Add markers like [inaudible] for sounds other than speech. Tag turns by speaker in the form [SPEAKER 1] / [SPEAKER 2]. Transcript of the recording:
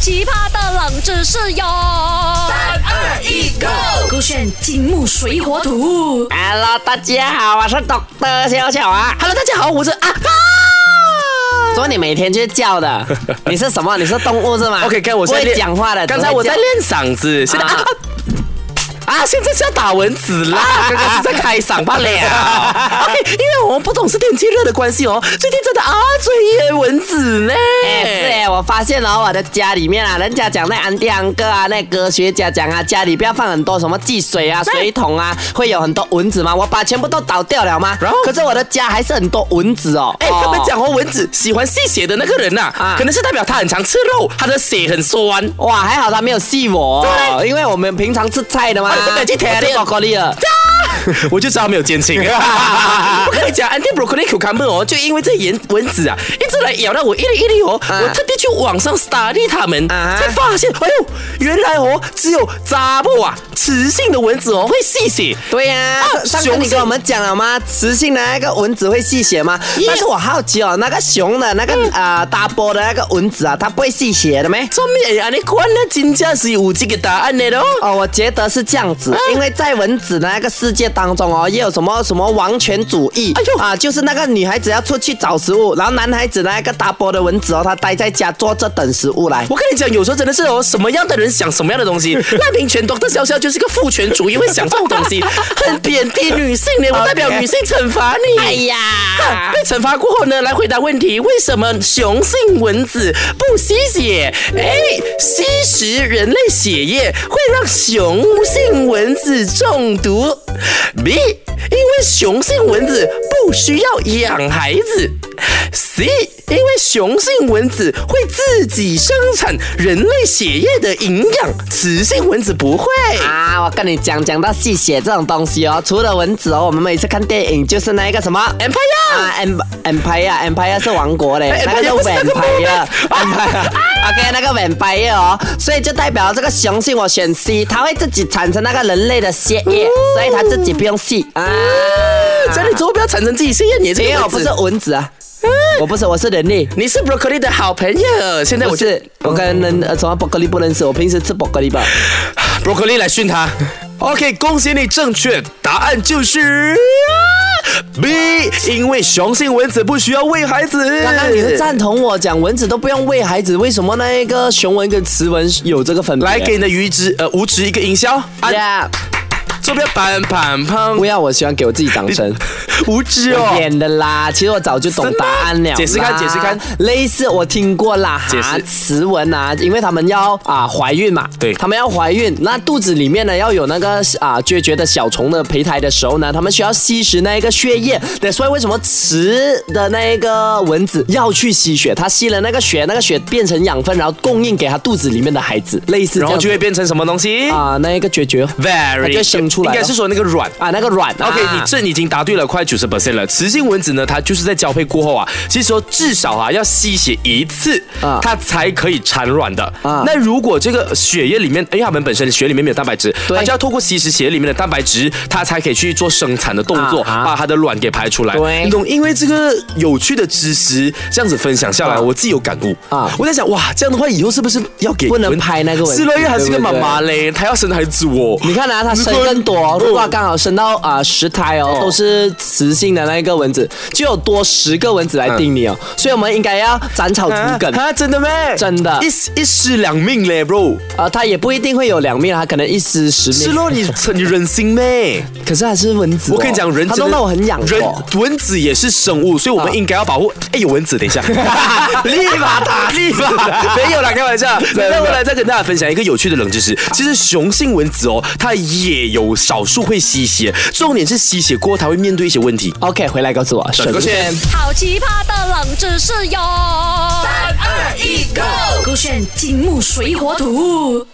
[SPEAKER 1] 奇葩的冷知识哟！三
[SPEAKER 2] 二一，Go！
[SPEAKER 1] 勾选金木水火土。
[SPEAKER 3] Hello，大家好，我是 Doctor 小小啊。
[SPEAKER 2] Hello，大家好，我是啊。
[SPEAKER 3] 说你每天去叫
[SPEAKER 2] [laughs]
[SPEAKER 3] 的，你是什么？你是动物是吗
[SPEAKER 2] 啊 OK，看我
[SPEAKER 3] 不
[SPEAKER 2] 现在
[SPEAKER 3] 会
[SPEAKER 2] 练
[SPEAKER 3] 讲话的。
[SPEAKER 2] 刚才我在
[SPEAKER 3] 只会
[SPEAKER 2] 练嗓子，现在啊
[SPEAKER 3] 啊
[SPEAKER 2] 啊，现在是要打蚊子啦，刚刚是在开嗓 [laughs] 罢了。OK，因为哎我们不懂是天气热的关系哦，最近真的啊最厌蚊子呢。
[SPEAKER 3] 叫。哎，是
[SPEAKER 2] 啊
[SPEAKER 3] 哎，我发现哦，我的家里面啊，人家讲那安迪安哥啊，那科学家讲啊，家里不要放很多什么汽水啊、水桶啊，会有很多蚊子嘛。我把全部都倒掉了吗？
[SPEAKER 2] 然后
[SPEAKER 3] 可是我的家还是很多蚊子哦。
[SPEAKER 2] 哎，
[SPEAKER 3] 哦
[SPEAKER 2] 他们讲哦，蚊子喜欢吸血的那个人呐、
[SPEAKER 3] 啊
[SPEAKER 2] 可能是代表他很常吃肉，他的血很酸。
[SPEAKER 3] 哦哇，还好他没有戏我哦，因为我们平常吃菜的嘛，
[SPEAKER 2] 哎我真的去舔
[SPEAKER 3] 我吃 broccoli 了。
[SPEAKER 2] [laughs] 我就知道他没有奸情。我跟你讲，anti broccoli cucumber 哦，就因为这蚊蚊子啊，一直来咬到我一粒一粒哦，
[SPEAKER 3] 啊
[SPEAKER 2] 我特地去网上 study 它们，
[SPEAKER 3] 啊
[SPEAKER 2] 才发现，哎呦，原来哦，只有扎布啊，雌性的蚊子哦会吸血。
[SPEAKER 3] 对呀、
[SPEAKER 2] 啊
[SPEAKER 3] 上上次
[SPEAKER 2] 雄
[SPEAKER 3] 你
[SPEAKER 2] 性
[SPEAKER 3] 跟我们讲了吗？雌性的那个蚊子会吸血吗
[SPEAKER 2] Yes 嗯
[SPEAKER 3] 但是我好奇哦，那个雄的那个啊、大波的那个蚊子啊，它不会吸血的咩？
[SPEAKER 2] 说明啊，你看那真正是有这个答案的咯。
[SPEAKER 3] 哦，我觉得是这样子，
[SPEAKER 2] 嗯
[SPEAKER 3] 因为在蚊子的那个世界当中哦，也有什么什么王权主义，
[SPEAKER 2] 哎呦
[SPEAKER 3] 啊，就是那个女孩子要出去找食物，然后男孩子那个大波的蚊子哦，他待在家坐着等食物来。
[SPEAKER 2] 我跟你讲，有时候真的是哦，什么样的人想什么样的东 [laughs] 西。赖明全 Dr. 潇潇就是个父权主义，会想这种东 [laughs] 西，很贬低女性的。我代表女性惩罚你。
[SPEAKER 3] 哎呀
[SPEAKER 2] 哼 [laughs] 被惩罚过后呢，来回答问题：为什么雄性蚊子不吸血？哎，吸食人类血液会让雄性蚊子中毒。B，因为雄性蚊子不需要养孩子。C，因为雄性蚊子会自己生产人类血液的营养，雌性蚊子不会。
[SPEAKER 3] 啊，我跟你讲，讲到吸血这种东西哦，除了蚊子哦，我们每次看电影就是那一个什么
[SPEAKER 2] Empire
[SPEAKER 3] 啊，em empire empire 是王国嘞
[SPEAKER 2] 哎，
[SPEAKER 3] 那个
[SPEAKER 2] Empire
[SPEAKER 3] 叫
[SPEAKER 2] 不是那个
[SPEAKER 3] vampire
[SPEAKER 2] 吗
[SPEAKER 3] [laughs] empire。OK，那个 vampire 哦，所以就代表这个雄性我选 C，它会自己产生那个人类的血液，
[SPEAKER 2] 哦
[SPEAKER 3] 所以它自己不用吸啊。
[SPEAKER 2] 啊家里之后不要产生自己实验，你这
[SPEAKER 3] 因
[SPEAKER 2] 个
[SPEAKER 3] 为我
[SPEAKER 2] 蚊
[SPEAKER 3] 不
[SPEAKER 2] 子
[SPEAKER 3] 是蚊子啊，我不是，我是人类。
[SPEAKER 2] 你是 broccoli 的好朋友，现在我
[SPEAKER 3] 不，
[SPEAKER 2] 就是
[SPEAKER 3] 我跟人呃，什么 broccoli 不认识，我平时吃 broccoli 吧。
[SPEAKER 2] broccoli 来训他。OK，恭喜你正确答案就是 B，因为雄性蚊子不需要喂孩子。
[SPEAKER 3] 刚刚你是赞同我讲蚊子都不用喂孩子，为什么那一个雄蚊跟雌蚊有这个分别？
[SPEAKER 2] 来给你的鱼值呃无值一个音效，按
[SPEAKER 3] 呀！
[SPEAKER 2] 这边板板
[SPEAKER 3] 不
[SPEAKER 2] 砰，
[SPEAKER 3] 要，我喜欢给我自己掌
[SPEAKER 2] [laughs]
[SPEAKER 3] 声。
[SPEAKER 2] 无值
[SPEAKER 3] 我
[SPEAKER 2] 哦。
[SPEAKER 3] 演的啦，其实我早就懂答案了啦。
[SPEAKER 2] 解释看解释看
[SPEAKER 3] 类似我听过啦，
[SPEAKER 2] 解释
[SPEAKER 3] 哈雌蚊啊，因为他们要啊怀孕嘛，
[SPEAKER 2] 对
[SPEAKER 3] 他们要怀孕，那肚子里面呢要有那个啊孑孓的小虫的胚胎的时候呢，他们需要吸食那一个血液，对，所以为什么雌的那一个蚊子要去吸血？它吸了那个血，那个血变成养分，然后供应给它肚子里面的孩子，类似这
[SPEAKER 2] 然后
[SPEAKER 3] 样
[SPEAKER 2] 就会变成什么东西
[SPEAKER 3] 啊那一个孑孓它
[SPEAKER 2] ？Very，
[SPEAKER 3] 就生出来
[SPEAKER 2] 应
[SPEAKER 3] 了
[SPEAKER 2] 该是说那个卵。
[SPEAKER 3] 啊那个卵。
[SPEAKER 2] OK，
[SPEAKER 3] 啊
[SPEAKER 2] 你这已经答对了快九十 percent 了。雌性蚊子呢，它就是在交配过后啊，其实说至少啊要吸血一次，
[SPEAKER 3] 啊
[SPEAKER 2] 它才可以产卵的。
[SPEAKER 3] 啊
[SPEAKER 2] 那如果这个血液里面，因为它们本身血里面没有蛋白质，
[SPEAKER 3] 对
[SPEAKER 2] 它就要透过吸食血液里面的蛋白质，它才可以去做生产的动作，
[SPEAKER 3] 啊啊
[SPEAKER 2] 把它的卵给排出来。
[SPEAKER 3] 对
[SPEAKER 2] 你懂？因为这个有趣的知识这样子分享下来，
[SPEAKER 3] 啊
[SPEAKER 2] 我自己有感悟
[SPEAKER 3] 啊
[SPEAKER 2] 我在想，哇，这样的话以后是不是要给
[SPEAKER 3] 不能
[SPEAKER 2] 蚊
[SPEAKER 3] 拍那个蚊
[SPEAKER 2] 是咯，因为它是个
[SPEAKER 3] 对
[SPEAKER 2] 妈
[SPEAKER 3] 不对
[SPEAKER 2] 妈嘞，她要生孩子哦。
[SPEAKER 3] 你看啊，它生更多、哦，如果它刚好生到啊十、胎哦，都是雌性的那一个蚊子，就有多十个蚊子来叮你哦，所以我们应该要斩草除根。
[SPEAKER 2] 啊，真的咩？
[SPEAKER 3] 真的
[SPEAKER 2] 一一尸两命嘞，bro。
[SPEAKER 3] 啊，它也不一定会有两命，它可能一尸十
[SPEAKER 2] 是
[SPEAKER 3] 命。
[SPEAKER 2] 咯，你你忍心咩？
[SPEAKER 3] 可是还是蚊子哦、
[SPEAKER 2] 我跟你讲，人
[SPEAKER 3] 它
[SPEAKER 2] 真
[SPEAKER 3] 弄
[SPEAKER 2] 的
[SPEAKER 3] 到我很痒、哦。
[SPEAKER 2] 人蚊子也是生物，所以我们
[SPEAKER 3] 啊
[SPEAKER 2] 应该要保护。哎，有蚊子，等一下，立马打，立马，没有啦，开玩笑。那我来再跟大家分享一个有趣的冷知识，其实雄性蚊子哦，它也有少数会吸血，重点是吸血过后它会面对一些问题。
[SPEAKER 3] OK，回来告诉我，
[SPEAKER 2] 转过去。
[SPEAKER 1] 好奇葩的冷知识哟！三二一，Go！勾选金木水火土。